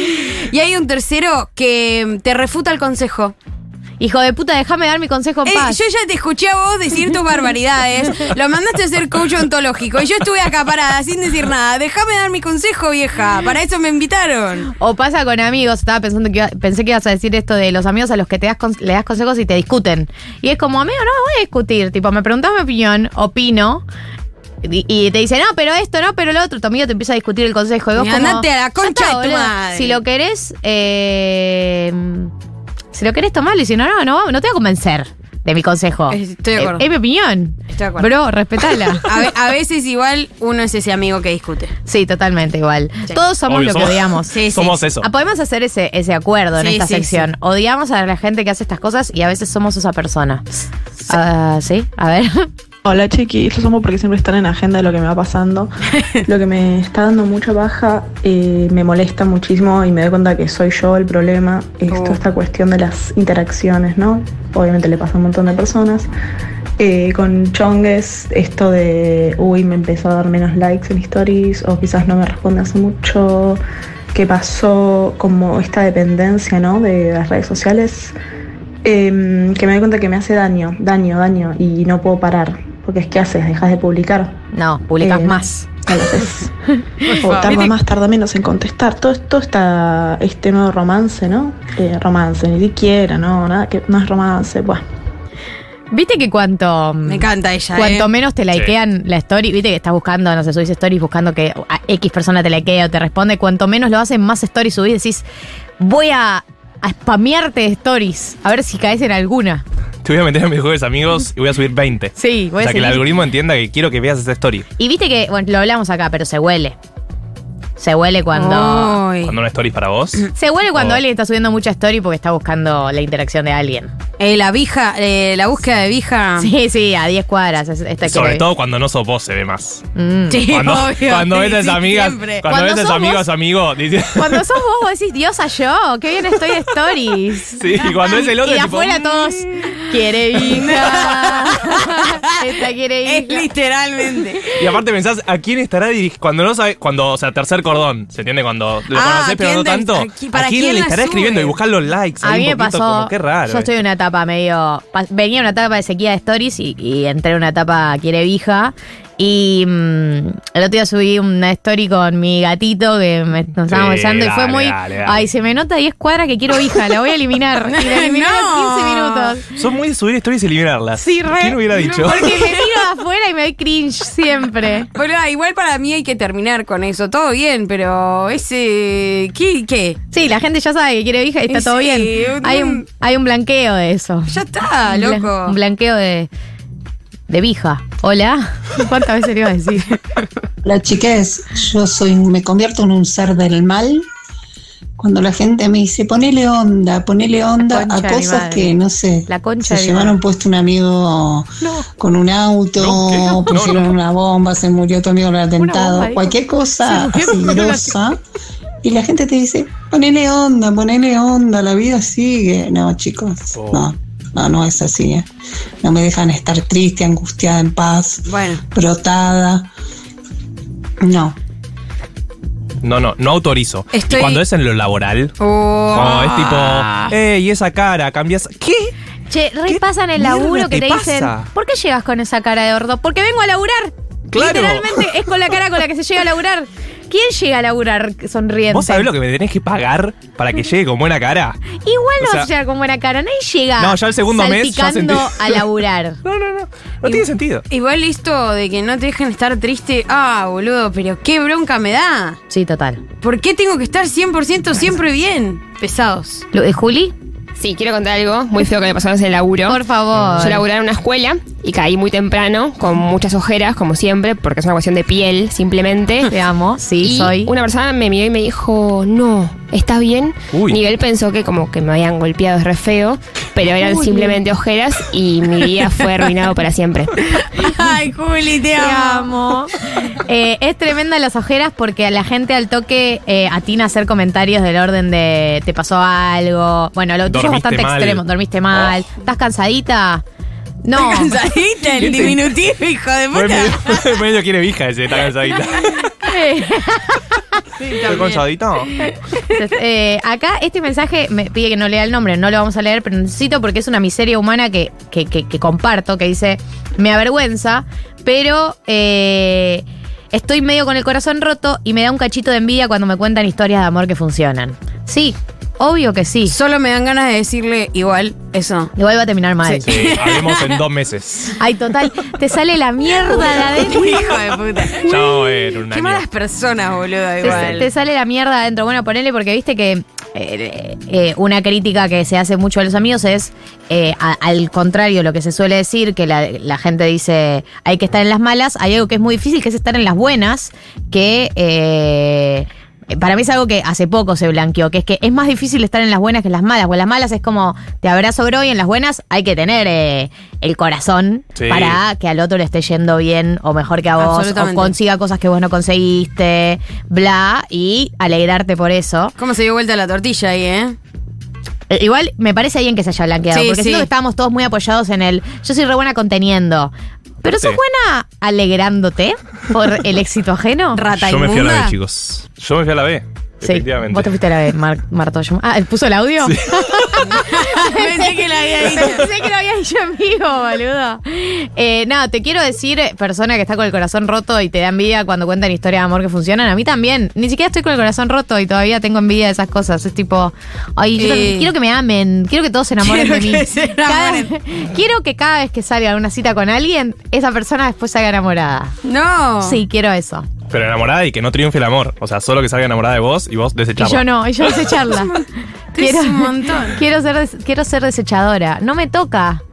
S4: Y hay un tercero que em, te refuta el consejo.
S3: Hijo de puta, déjame dar mi consejo en
S4: Eh,
S3: paz.
S4: yo ya te escuché a vos decir tus barbaridades. Lo mandaste a ser coach ontológico. Y yo estuve acá parada sin decir nada. Déjame dar mi consejo, vieja. Para eso me invitaron.
S3: O pasa con amigos, estaba pensando que iba- pensé que ibas a decir esto de los amigos a los que te das con- le das consejos y te discuten. Y es como, amigo, no me voy a discutir. Tipo, me preguntás mi opinión, opino. Y, y te dice, no, pero esto, no, pero lo otro. Tu amigo te empieza a discutir el consejo. Y vos
S4: Y
S3: como,
S4: andate a la
S3: "Ya
S4: concha de tu
S3: boludo.
S4: madre".
S3: Si lo querés, eh, si lo querés tomarlo y si no, no, no, no te voy a convencer de mi consejo.
S4: Estoy de
S3: Eh,
S4: acuerdo.
S3: es mi opinión.
S4: Estoy de acuerdo.
S3: Bro, respetala.
S4: A, ve- a veces igual uno es ese amigo que discute.
S3: Sí, totalmente igual.
S4: Sí.
S3: Todos somos
S5: Obvio,
S3: lo que
S5: somos-
S3: odiamos.
S4: Sí, sí.
S5: Somos eso.
S3: Ah, podemos hacer ese, ese acuerdo en
S4: Sí,
S3: esta
S4: sí,
S3: sección. Odiamos a la gente que hace estas cosas y a veces somos esa persona. Ah, sí, a ver.
S8: Hola Chiqui, estos somos porque siempre están en agenda de lo que me va pasando. Lo que me está dando mucha baja eh, me molesta muchísimo y me doy cuenta que soy yo el problema. Es
S4: Oh.
S8: toda esta cuestión de las interacciones, ¿no? Obviamente le pasa a un montón de personas. Eh, con Chongues, esto de, uy, me empezó a dar menos likes en stories o quizás no me responde hace mucho. ¿Qué pasó? Como esta dependencia, ¿no? De las redes sociales. Em, que me doy cuenta que me hace daño, daño, daño y no puedo parar. Porque es que haces, dejas de publicar.
S3: No, publicas
S8: Eh,
S3: más.
S8: no lo haces. o
S4: favor.
S8: tarda más, tarda menos en contestar. Todo esto está este nuevo romance, ¿no? Eh, romance, ni siquiera, no, nada que no es romance. Bueno,
S3: ¿Viste que cuanto, mm,
S4: Me encanta ella.
S3: cuanto
S4: eh.
S3: menos te likean la story, viste que estás buscando, no sé, subís stories buscando que a X persona te likea o te responde, cuanto menos lo hacen, más stories subís, decís, voy a, a spamearte de stories, a ver si caes en alguna.
S5: Te voy a meter en mis jueves amigos y voy a subir 20.
S3: Sí,
S5: o
S3: voy
S5: sea,
S3: a
S5: que el
S3: seguir.
S5: algoritmo entienda que quiero que veas esa story.
S3: Y viste que, bueno, lo hablamos acá, pero se huele. Se huele cuando...
S4: Ay.
S5: Cuando una story es para vos.
S3: Se huele cuando
S5: Oh.
S3: alguien está subiendo mucha story porque está buscando la interacción de alguien.
S4: Eh, la vija, eh, la búsqueda de vija.
S3: Sí, sí, a 10 cuadras. es- esta que-
S5: Sobre todo cuando no sos vos se ve más.
S3: Mm.
S4: Sí,
S5: Cuando,
S4: obvio.
S5: cuando
S4: Sí,
S5: ves a
S4: sí,
S5: esa amiga,
S4: siempre.
S5: cuando,
S3: Cuando
S5: ves a esa
S3: sos
S5: amiga,
S3: vos-
S5: es amigo, dice-
S3: Cuando sos vos, vos decís, Diosa, yo, qué bien estoy de stories.
S5: Sí, y cuando es el otro,
S3: Y de
S5: tipo,
S3: afuera
S5: mm.
S3: todos, quiere hija. Esta quiere
S4: Es
S3: hija.
S4: literalmente.
S5: y aparte pensás, ¿a quién estará dirigido? Cuando no sabes, cuando, o sea, tercer cordón, ¿se entiende? Cuando lo
S4: Ah,
S5: conocés, pero
S4: ¿quién
S5: no
S4: te-
S5: tanto.
S4: a qui- para
S5: ¿A quién,
S4: quién
S5: le
S4: la
S5: estará
S4: sube?
S5: escribiendo y buscar los likes?
S3: A
S5: ahí
S3: mí me
S5: un poquito
S3: pasó.
S5: como, qué raro. eh.
S3: yo estoy en una etapa medio. pa- Venía en una etapa de sequía de stories y, y entré en una etapa quiere vija. Y mm, el otro día subí una story con mi gatito que me- nos estábamos
S5: Sí,
S3: besando y fue
S5: dale,
S3: muy.
S5: dale, dale.
S3: Ay, se me nota 10 cuadras que quiero hija, la voy a eliminar. Y la eliminé a
S4: No.
S3: 15 minutos.
S5: Son muy de subir stories y eliminarlas.
S3: Sí, re.
S5: ¿Quién hubiera dicho?
S3: Porque me miro de afuera y me doy cringe siempre.
S4: Bueno, ah, igual para mí hay que terminar con eso. Todo bien, pero ese. ¿Qué? qué?
S3: Sí, la gente ya sabe que quiere hija y está
S4: Y
S3: todo
S4: sí,
S3: bien.
S4: un-
S3: Hay un, hay un blanqueo de eso.
S4: Ya está,
S3: Un bla-
S4: Ah, loco.
S3: Un blanqueo de. de vija. Hola. ¿Cuántas veces le iba a decir?
S9: La chiquez, yo soy, me convierto en un ser del mal cuando la gente me dice ponele onda, ponele onda
S3: La
S9: a
S3: concha de mi
S9: cosas
S3: madre.
S9: que no sé.
S3: La
S9: se
S3: concha de mi
S9: llevaron puesto un amigo con un auto,
S5: No, ¿qué? No,
S9: pusieron
S5: no.
S9: una bomba, se murió tu amigo en el atentado,
S3: bomba, dijo.
S9: cualquier cosa
S3: Se murió
S9: así
S3: con una-
S9: grosa. ¿Ah? Y la gente te dice, ponele onda, ponele onda, la vida sigue. No, chicos,
S5: Oh.
S9: no, no, no es así. eh. No me dejan estar triste, angustiada, en paz
S4: Bueno.
S9: brotada. No.
S5: No, no, no autorizo.
S4: Estoy-
S5: Y cuando es en lo laboral,
S4: Oh,
S5: como es
S3: Ah.
S5: tipo, eh, y esa cara, cambias. ¿Qué?
S3: Che,
S5: ¿Qué
S3: repasan el
S5: mierda
S3: laburo que
S5: te
S3: te, dicen.
S5: pasa?
S3: ¿Por qué llegas con esa cara de gordo? Porque vengo a laburar.
S5: Claro.
S3: Literalmente es con la cara con la que se llega a laburar. ¿Quién llega a laburar sonriente?
S5: ¿Vos sabés lo que me tenés que pagar para que llegue con buena cara?
S3: Igual no
S5: O sea-
S3: vas a llegar con buena cara. Nadie llega
S5: No, ya el segundo mes ya
S3: salpicando
S5: sentí-
S3: a laburar.
S5: No, no, no. No tiene sentido.
S4: Igual esto de que no te dejen estar triste. Ah, boludo, pero qué bronca me da.
S3: Sí, total.
S4: ¿Por qué tengo que estar 100% siempre bien? Pesados.
S3: Lo- eh, ¿Juli?
S10: Sí, quiero contar algo muy feo que me pasó en el laburo.
S3: Por favor.
S10: Yo laburaba en una escuela y caí muy temprano con muchas ojeras, como siempre, porque es una cuestión de piel, simplemente.
S3: Te amo. Sí,
S10: Y
S3: soy.
S10: una persona me miró y me dijo, no, ¿estás bien?
S5: Uy.
S10: Miguel pensó que como que me habían golpeado, es re feo, pero eran simplemente ojeras y mi día fue arruinado para siempre.
S4: Ay, Juli, te
S3: amo. Eh, es tremenda las ojeras porque a la gente al toque eh, atina a hacer comentarios del orden de te pasó algo. Bueno, lo tuyo es
S5: Dormiste
S3: bastante
S5: mal. Oh.
S3: extremo, dormiste mal, estás cansadita. No.
S4: Estoy cansadita, el
S5: ¿Quién te-
S4: diminutivo, hijo de
S5: Fue medio,
S4: puta.
S5: fue medio quiere vija ese, está cansadita.
S3: Eh,
S5: ¿Está cansadita?
S3: Entonces, eh, acá este mensaje me pide que no lea el nombre, no lo vamos a leer, pero necesito porque es una miseria humana que, que- que- que comparto, que dice, me avergüenza, pero eh, estoy medio con el corazón roto y me da un cachito de envidia cuando me cuentan historias de amor que funcionan. Sí, obvio que sí.
S4: Solo me dan ganas de decirle igual eso.
S3: Igual va a terminar mal.
S5: Sí, hablemos en dos meses.
S3: Ay, total, te sale la mierda de adentro.
S4: Hijo de puta.
S5: Ya vamos a ver un
S4: Qué
S5: año.
S4: malas personas, boludo,
S3: Te,
S4: igual.
S3: te sale la mierda adentro. Bueno, ponele porque viste que eh, eh, una crítica que se hace mucho a los amigos es eh, a- al contrario lo que se suele decir, que la, la gente dice hay que estar en las malas, hay algo que es muy difícil, que es estar en las buenas, que... eh, para mí es algo que hace poco se blanqueó, que es que es más difícil estar en las buenas que en las malas. O en las malas es como, te abrazo bro, y en las buenas hay que tener eh, el corazón
S5: Sí.
S3: para que al otro le esté yendo bien o mejor que a vos, o
S4: Absolutamente.
S3: consiga cosas que vos no conseguiste, bla, y alegrarte por eso.
S4: ¿Cómo se dio vuelta la tortilla ahí, eh?
S3: Eh, Igual me parece bien que se haya blanqueado,
S4: Sí,
S3: porque
S4: sí.
S3: siento que estábamos todos muy apoyados en el yo soy re buena conteniendo. Pero sos
S5: Sí.
S3: buena alegrándote por el éxito ajeno.
S4: Rata
S5: Yo me fui a la B,
S4: inmunda.
S5: chicos. Yo me fui a la B.
S3: Sí,
S5: Efectivamente.
S3: vos te fuiste a la vez, Mar- Marto. Yo- Ah, ¿puso el audio?
S4: Pensé que la había dicho.
S3: Pensé que lo había dicho en vivo, boludo. Eh, no, te quiero decir, eh, persona que está con el corazón roto y te da envidia cuando cuentan historias de amor que funcionan, a mí también. Ni siquiera estoy con el corazón roto y todavía tengo envidia de esas cosas. Es tipo, ay, yo
S4: Sí.
S3: también quiero que me amen, quiero que todos se enamoren
S4: Quiero
S3: de mí.
S4: que se enamoren.
S3: Cada- quiero que cada vez que salga a una cita con alguien, esa persona después salga enamorada.
S4: No.
S3: Sí, quiero eso.
S5: Pero enamorada y que no triunfe el amor. O sea, solo que salga enamorada de vos y vos
S3: Y
S5: desecharla.
S3: yo no, y yo desecharla. quiero,
S4: Es un montón.
S3: quiero ser des- quiero ser desechadora. No me toca.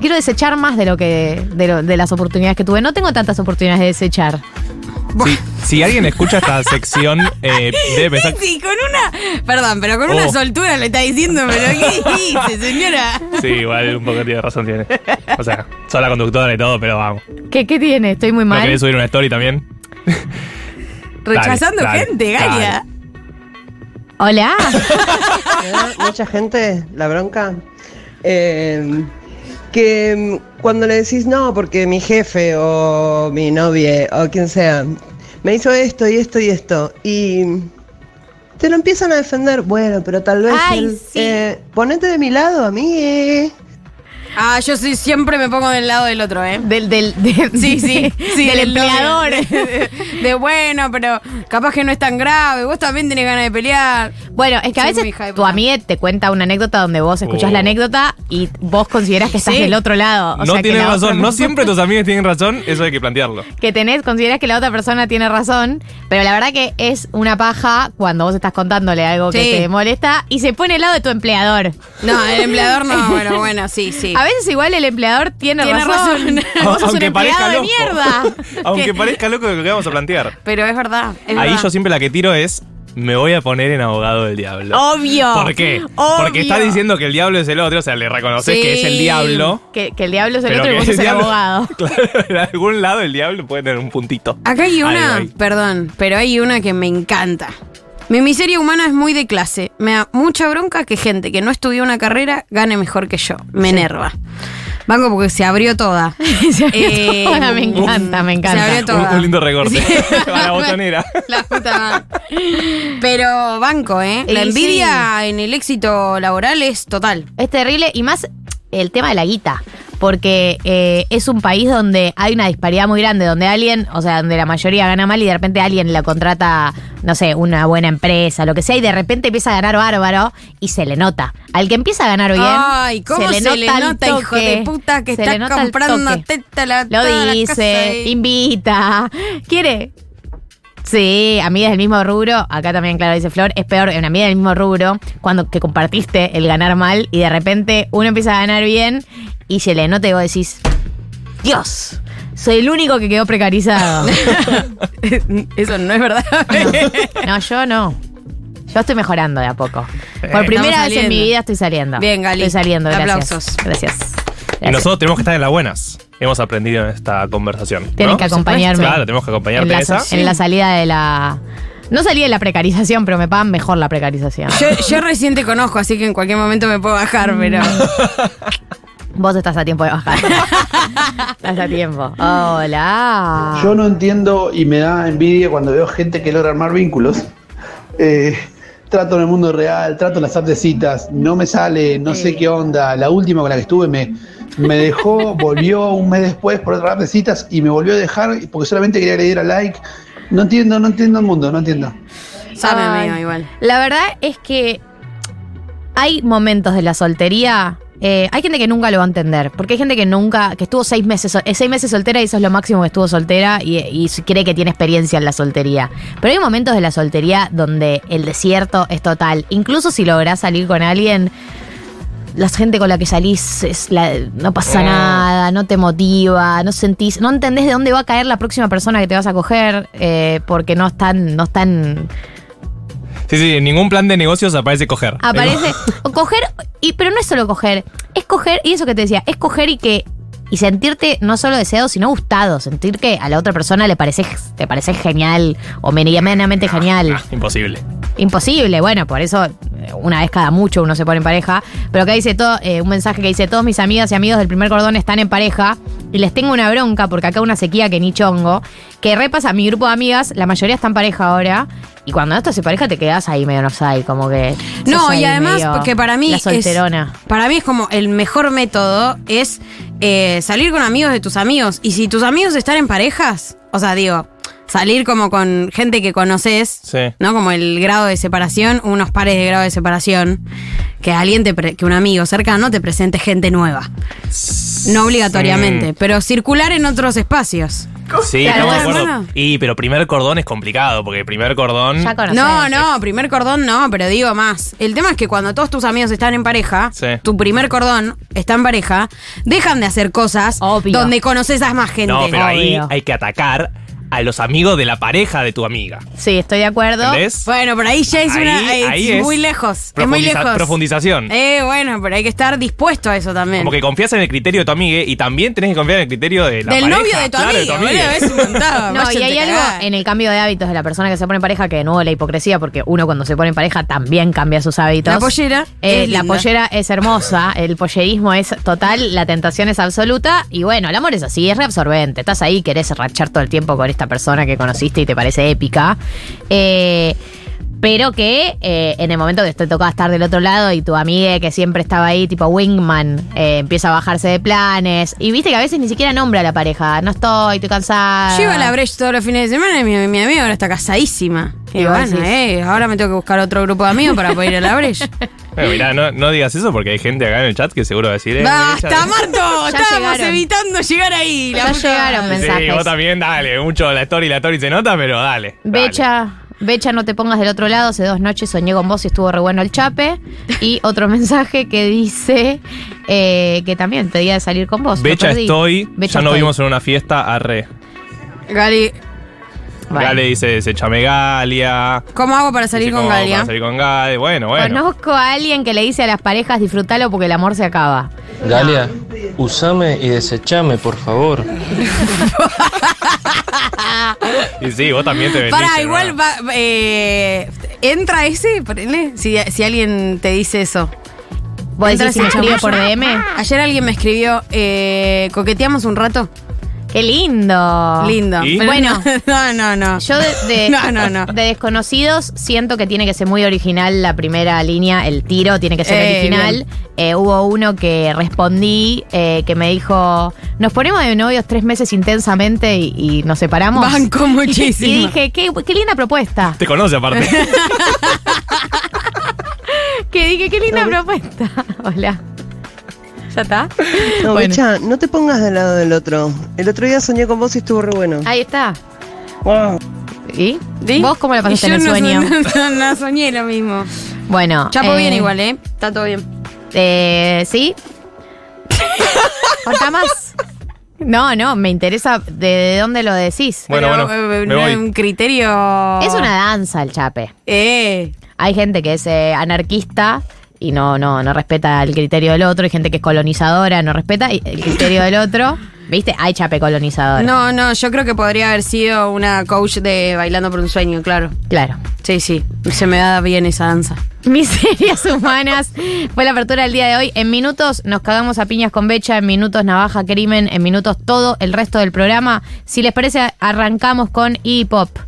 S3: Quiero desechar más de lo que de, lo- de las oportunidades que tuve. No tengo tantas oportunidades de desechar.
S5: Si, si alguien escucha esta sección, eh, debe pensar.
S4: Sí, con una. Perdón, pero con
S5: Oh.
S4: una soltura le está diciendo, pero ¿qué dice, señora?
S5: Sí, igual un poco tiene razón tiene. O sea, soy la conductora y todo, pero vamos.
S3: ¿Qué, qué tiene? Estoy muy
S5: ¿No
S3: mal.
S5: querés subir una story también?
S4: Rechazando
S5: dale,
S4: gente, Galia.
S3: Hola.
S11: Eh, mucha gente, la bronca, eh, que mm, cuando le decís no, porque mi jefe o mi novia o quien sea, me hizo esto y esto y esto, y te lo empiezan a defender, bueno, pero tal vez,
S3: Ay,
S11: él,
S3: sí.
S11: eh, ponete de mi lado, a mí.
S4: Ah, yo sí, siempre me pongo del lado del otro, ¿eh?
S3: Del, del, de-
S4: Sí, sí, sí.
S3: del
S4: novio.
S3: empleador.
S4: De, de bueno, pero capaz que no es tan grave. Vos también tenés ganas de pelear.
S3: Bueno, es que a
S4: Soy muy
S3: veces
S4: hija de
S3: tu
S4: puta.
S3: amiga te cuenta una anécdota donde vos escuchás
S5: Oh.
S3: la anécdota y vos considerás que estás
S4: Sí.
S3: del otro lado. O
S5: no
S3: sea, que
S5: tienes
S3: la otra
S5: razón. No
S3: persona-
S5: siempre tus amigos tienen razón. Eso hay que plantearlo.
S3: que tenés, consideras que la otra persona tiene razón, pero la verdad que es una paja cuando vos estás contándole algo
S4: Sí.
S3: que te molesta y se pone al lado de tu empleador.
S4: No, el empleador no, bueno, bueno, sí, sí.
S3: A veces igual el empleador tiene,
S4: Tiene
S3: razón.
S4: razón.
S3: Vos sos un empleado de mierda.
S5: Aunque
S4: ¿Qué?
S5: parezca loco lo que vamos a plantear.
S4: Pero es verdad. es
S5: Ahí
S4: verdad.
S5: yo siempre la que tiro es. Me voy a poner en abogado del diablo.
S3: Obvio.
S5: ¿Por qué? Porque está diciendo que el diablo es el otro, o sea, le reconoces que es el
S4: Sí.
S5: diablo.
S3: que, que el diablo es el
S5: pero
S3: otro y
S5: que
S3: vos sos el
S5: diablo-
S3: abogado.
S5: Claro, en algún lado el diablo puede tener un puntito.
S4: Acá hay una,
S5: Ahí, ahí.
S4: perdón, pero hay una que me encanta. Mi miseria humana es muy de clase. Me da mucha bronca que gente que no estudió una carrera gane mejor que yo. Me enerva. Banco porque se abrió toda.
S3: Se abrió
S4: Eh,
S3: toda, me encanta, me encanta.
S4: Se abrió
S5: Un,
S4: toda.
S5: un lindo recorte. A la botonera.
S4: La puta madre. Pero banco, ¿eh? La
S3: Y sí.
S4: envidia en el éxito laboral es total.
S3: Es terrible y más el tema de la guita. Porque eh, es un país donde hay una disparidad muy grande, donde alguien, o sea, donde la mayoría gana mal y de repente alguien la contrata, no sé, una buena empresa, lo que sea, y de repente empieza a ganar bárbaro y se le nota. Al que empieza a ganar bien,
S4: Ay, cómo se, le
S3: al
S4: nota, hijo
S3: toque.
S4: de puta, que
S3: Se le
S4: está
S3: nota al
S4: comprando
S3: toque.
S4: teta la
S3: Lo
S4: toda la casa
S3: dice,
S4: y-
S3: invita, quiere. Sí, amigas del mismo rubro, acá también claro dice Flor, es peor en amiga del mismo rubro cuando que compartiste el ganar mal y de repente uno empieza a ganar bien y se le nota y vos decís, Dios, soy el único que quedó precarizado.
S4: Eso no es verdad.
S3: no, yo no. Yo estoy mejorando de a poco. Por
S5: Estamos
S3: primera vez en
S4: Eh, saliendo.
S3: mi vida estoy saliendo.
S4: Bien, Gali.
S3: Estoy saliendo, gracias.
S4: Aplausos.
S3: Gracias.
S5: Y
S3: Gracias.
S5: nosotros tenemos que estar en las buenas. Hemos aprendido en esta conversación. ¿no?
S3: Tienen que acompañarme.
S5: Claro, tenemos que
S3: en
S5: acompañarte
S3: la,
S5: en esa.
S3: en la salida de la. No salí de la precarización, pero me pagan mejor la precarización. Mm.
S4: Yo, yo recién te conozco, así que en cualquier momento me puedo bajar, pero.
S3: Vos estás a tiempo de bajar. estás a tiempo. Hola.
S12: Yo no entiendo y me da envidia cuando veo gente que logra armar vínculos. Eh, trato en el mundo real, trato en las apps de citas, no me sale, no sé qué onda. La última con la que estuve me, me dejó, volvió un mes después por otra app de citas y me volvió a dejar porque solamente quería que le diera like. No entiendo, no entiendo el mundo, no entiendo.
S4: Sabe
S3: Ay,
S4: medio igual.
S3: La verdad es que hay momentos de la soltería. eh, hay gente que nunca lo va a entender, porque hay gente que nunca, que estuvo seis meses, sol- eh, seis meses soltera y eso es lo máximo que estuvo soltera y, y cree que tiene experiencia en la soltería. Pero hay momentos de la soltería donde el desierto es total. Incluso si lográs salir con alguien, la gente con la que salís es la- no pasa nada, no te motiva, no sentís, no entendés de dónde va a caer la próxima persona que te vas a coger, eh, porque no están, no están
S5: Sí, sí, en ningún plan de negocios aparece coger.
S3: Aparece. o coger, y, pero no es solo coger. Es coger, y eso que te decía, es coger y que. Y sentirte no solo deseado, sino gustado. Sentir que a la otra persona le parece, te parece genial o medianamente genial.
S5: Imposible.
S3: Imposible, bueno, por eso eh, una vez cada mucho uno se pone en pareja. Pero acá dice todo, eh, un mensaje que dice: Todos mis amigas y amigos del primer cordón están en pareja y les tengo una bronca porque acá una sequía que ni chongo. Que repasa mi grupo de amigas, la mayoría está en pareja ahora. Y cuando esto se pareja, te quedas ahí medio no sé, como que.
S4: No,
S3: sos ahí
S4: y además,
S3: medio
S4: porque para mí.
S3: La solterona.
S4: Es, para mí es como el mejor método es eh, salir con amigos de tus amigos. Y si tus amigos están en parejas, o sea, digo, salir como con gente que conoces,
S5: Sí.
S4: ¿no? Como el grado de separación, unos pares de grado de separación. Que alguien te pre- que un amigo cercano te presente gente nueva. No obligatoriamente,
S5: Sí.
S4: pero circular en otros espacios.
S5: Mm. Sí,
S4: Claro,
S5: estamos de
S4: bueno,
S5: acuerdo.
S4: bueno.
S5: Y, pero primer cordón es complicado, porque primer cordón.
S4: Mm. No, no, primer cordón no, pero digo más. El tema es que cuando todos tus amigos están en pareja,
S5: Sí.
S4: tu primer cordón está en pareja, dejan de hacer cosas donde conoces a más gente.
S5: No, pero ahí hay que atacar a los amigos de la pareja de tu amiga.
S3: Sí, estoy de acuerdo.
S5: ¿Entendés?
S4: Bueno, pero ahí ya es,
S5: Ahí-
S4: una- es
S5: ahí es
S4: muy lejos. Es muy
S5: profundiza-
S4: lejos.
S5: profundización.
S4: Eh, bueno, pero hay que estar dispuesto a eso también.
S5: Como que confías en el criterio de tu amiga y también tenés que confiar en el criterio de la
S4: Del
S5: pareja,
S4: novio de tu
S5: claro,
S4: amiga, boludo, es un montón.
S3: No, y
S4: váyanse
S3: hay
S4: a
S3: algo
S4: cagar.
S3: en el cambio de hábitos de la persona que se pone en pareja que de nuevo la hipocresía, porque uno cuando se pone en pareja también cambia sus hábitos.
S4: La pollera
S3: Eh,
S4: es
S3: la
S4: linda.
S3: pollera es hermosa, el pollerismo es total, la tentación es absoluta y bueno, el amor es así, es reabsorbente. Estás ahí, querés rachar todo el tiempo con esta persona que conociste y te parece épica. Eh, pero que eh, en el momento que te tocaba estar del otro lado y tu amiga que siempre estaba ahí, tipo wingman, eh, empieza a bajarse de planes. Y viste que a veces ni siquiera nombra a la pareja. No estoy, estoy cansada.
S4: Yo iba a la Breche todos los fines de semana y mi, mi amiga ahora está casadísima.
S3: Y
S4: Y
S3: vos
S4: bueno,
S3: decís-
S4: eh, ahora me tengo que buscar otro grupo de amigos para poder ir a la Breche.
S5: Bueno, mirá, no, no digas eso porque hay gente acá en el chat que seguro va a decir. eh,
S4: ¡Basta,
S5: ella-
S4: Marto!
S3: Ya
S4: Estábamos
S3: llegaron.
S4: evitando llegar ahí. La
S3: Ya
S4: puta
S3: llegaron
S4: madre.
S5: Sí,
S3: mensajes.
S5: vos también, dale, mucho la story, la story se nota, pero dale.
S3: Becha, Becha, no te pongas del otro lado. Hace dos noches soñé con vos y estuvo re bueno el chape. Y otro mensaje que dice eh, que también pedía de salir con vos. lo
S5: Becha
S3: perdí.
S5: estoy,
S3: Becha
S5: ya nos
S3: estoy.
S5: vimos en una fiesta, arre.
S4: Gali,
S5: Gale dice, se chame Galia.
S4: ¿cómo hago para salir
S5: Dice,
S4: con ah?
S5: ¿cómo vamos
S4: Galia?
S5: para salir con Galia, bueno, bueno.
S3: Conozco a alguien que le dice a las parejas disfrútalo porque el amor se acaba.
S13: Galia, usame y desechame, por favor.
S5: Y sí, vos también te vendiste.
S4: Para,
S5: ¿no?
S4: igual va- eh, entra ese, ponele, si, si alguien te dice eso.
S3: ¿Vos
S4: Entra
S3: decís si
S4: ese
S3: me escribe
S4: chabón.
S3: por DM?
S4: Ayer alguien me escribió, eh, coqueteamos un rato.
S3: ¡Qué lindo!
S4: Lindo.
S3: ¿Y?
S4: Pero
S3: Ah. Bueno.
S4: no, no, no.
S3: Yo de, de-
S4: No, no, no.
S3: de desconocidos siento que tiene que ser muy original la primera línea, el tiro tiene que ser
S4: Eh,
S3: original. Eh, hubo uno que respondí eh, que me dijo, nos ponemos de novios tres meses intensamente y, y nos separamos.
S4: Banco muchísimo.
S3: Y, dije, qué, qué linda propuesta.
S5: Te conoce aparte.
S3: Que dije, qué linda propuesta. Hola. ¿Ya está?
S11: No,
S3: Bueno.
S11: Becha, no te pongas del lado del otro. El otro día soñé con vos y estuvo re bueno.
S3: Ahí está.
S11: Wow.
S3: ¿Y? ¿Vos cómo la pasaste
S4: Y
S3: en
S4: yo
S3: el
S4: no
S3: sueño?
S4: soñé- no soñé lo mismo.
S3: Bueno.
S4: Chapo
S3: eh,
S4: bien igual, ¿eh? Está todo bien.
S3: Eh, ¿Sí? ¿Corta más? No, no, me interesa de, de dónde lo decís.
S5: Bueno,
S4: Pero,
S5: bueno,
S4: eh,
S5: me
S4: no
S5: voy.
S4: es un criterio.
S3: Es una danza el chape.
S4: Eh.
S3: Hay gente que es eh, anarquista y no, no, no respeta el criterio del otro, hay gente que es colonizadora, no respeta el criterio del otro. ¿Viste? Hay chape colonizador.
S4: No, no, yo creo que podría haber sido una coach de Bailando por un Sueño, claro.
S3: Claro.
S4: Sí, sí, se me da bien esa danza.
S3: Miserias humanas. Fue la apertura del día de hoy. En minutos nos cagamos a piñas con becha, en minutos navaja crimen, en minutos todo el resto del programa. Si les parece, arrancamos con hip hop.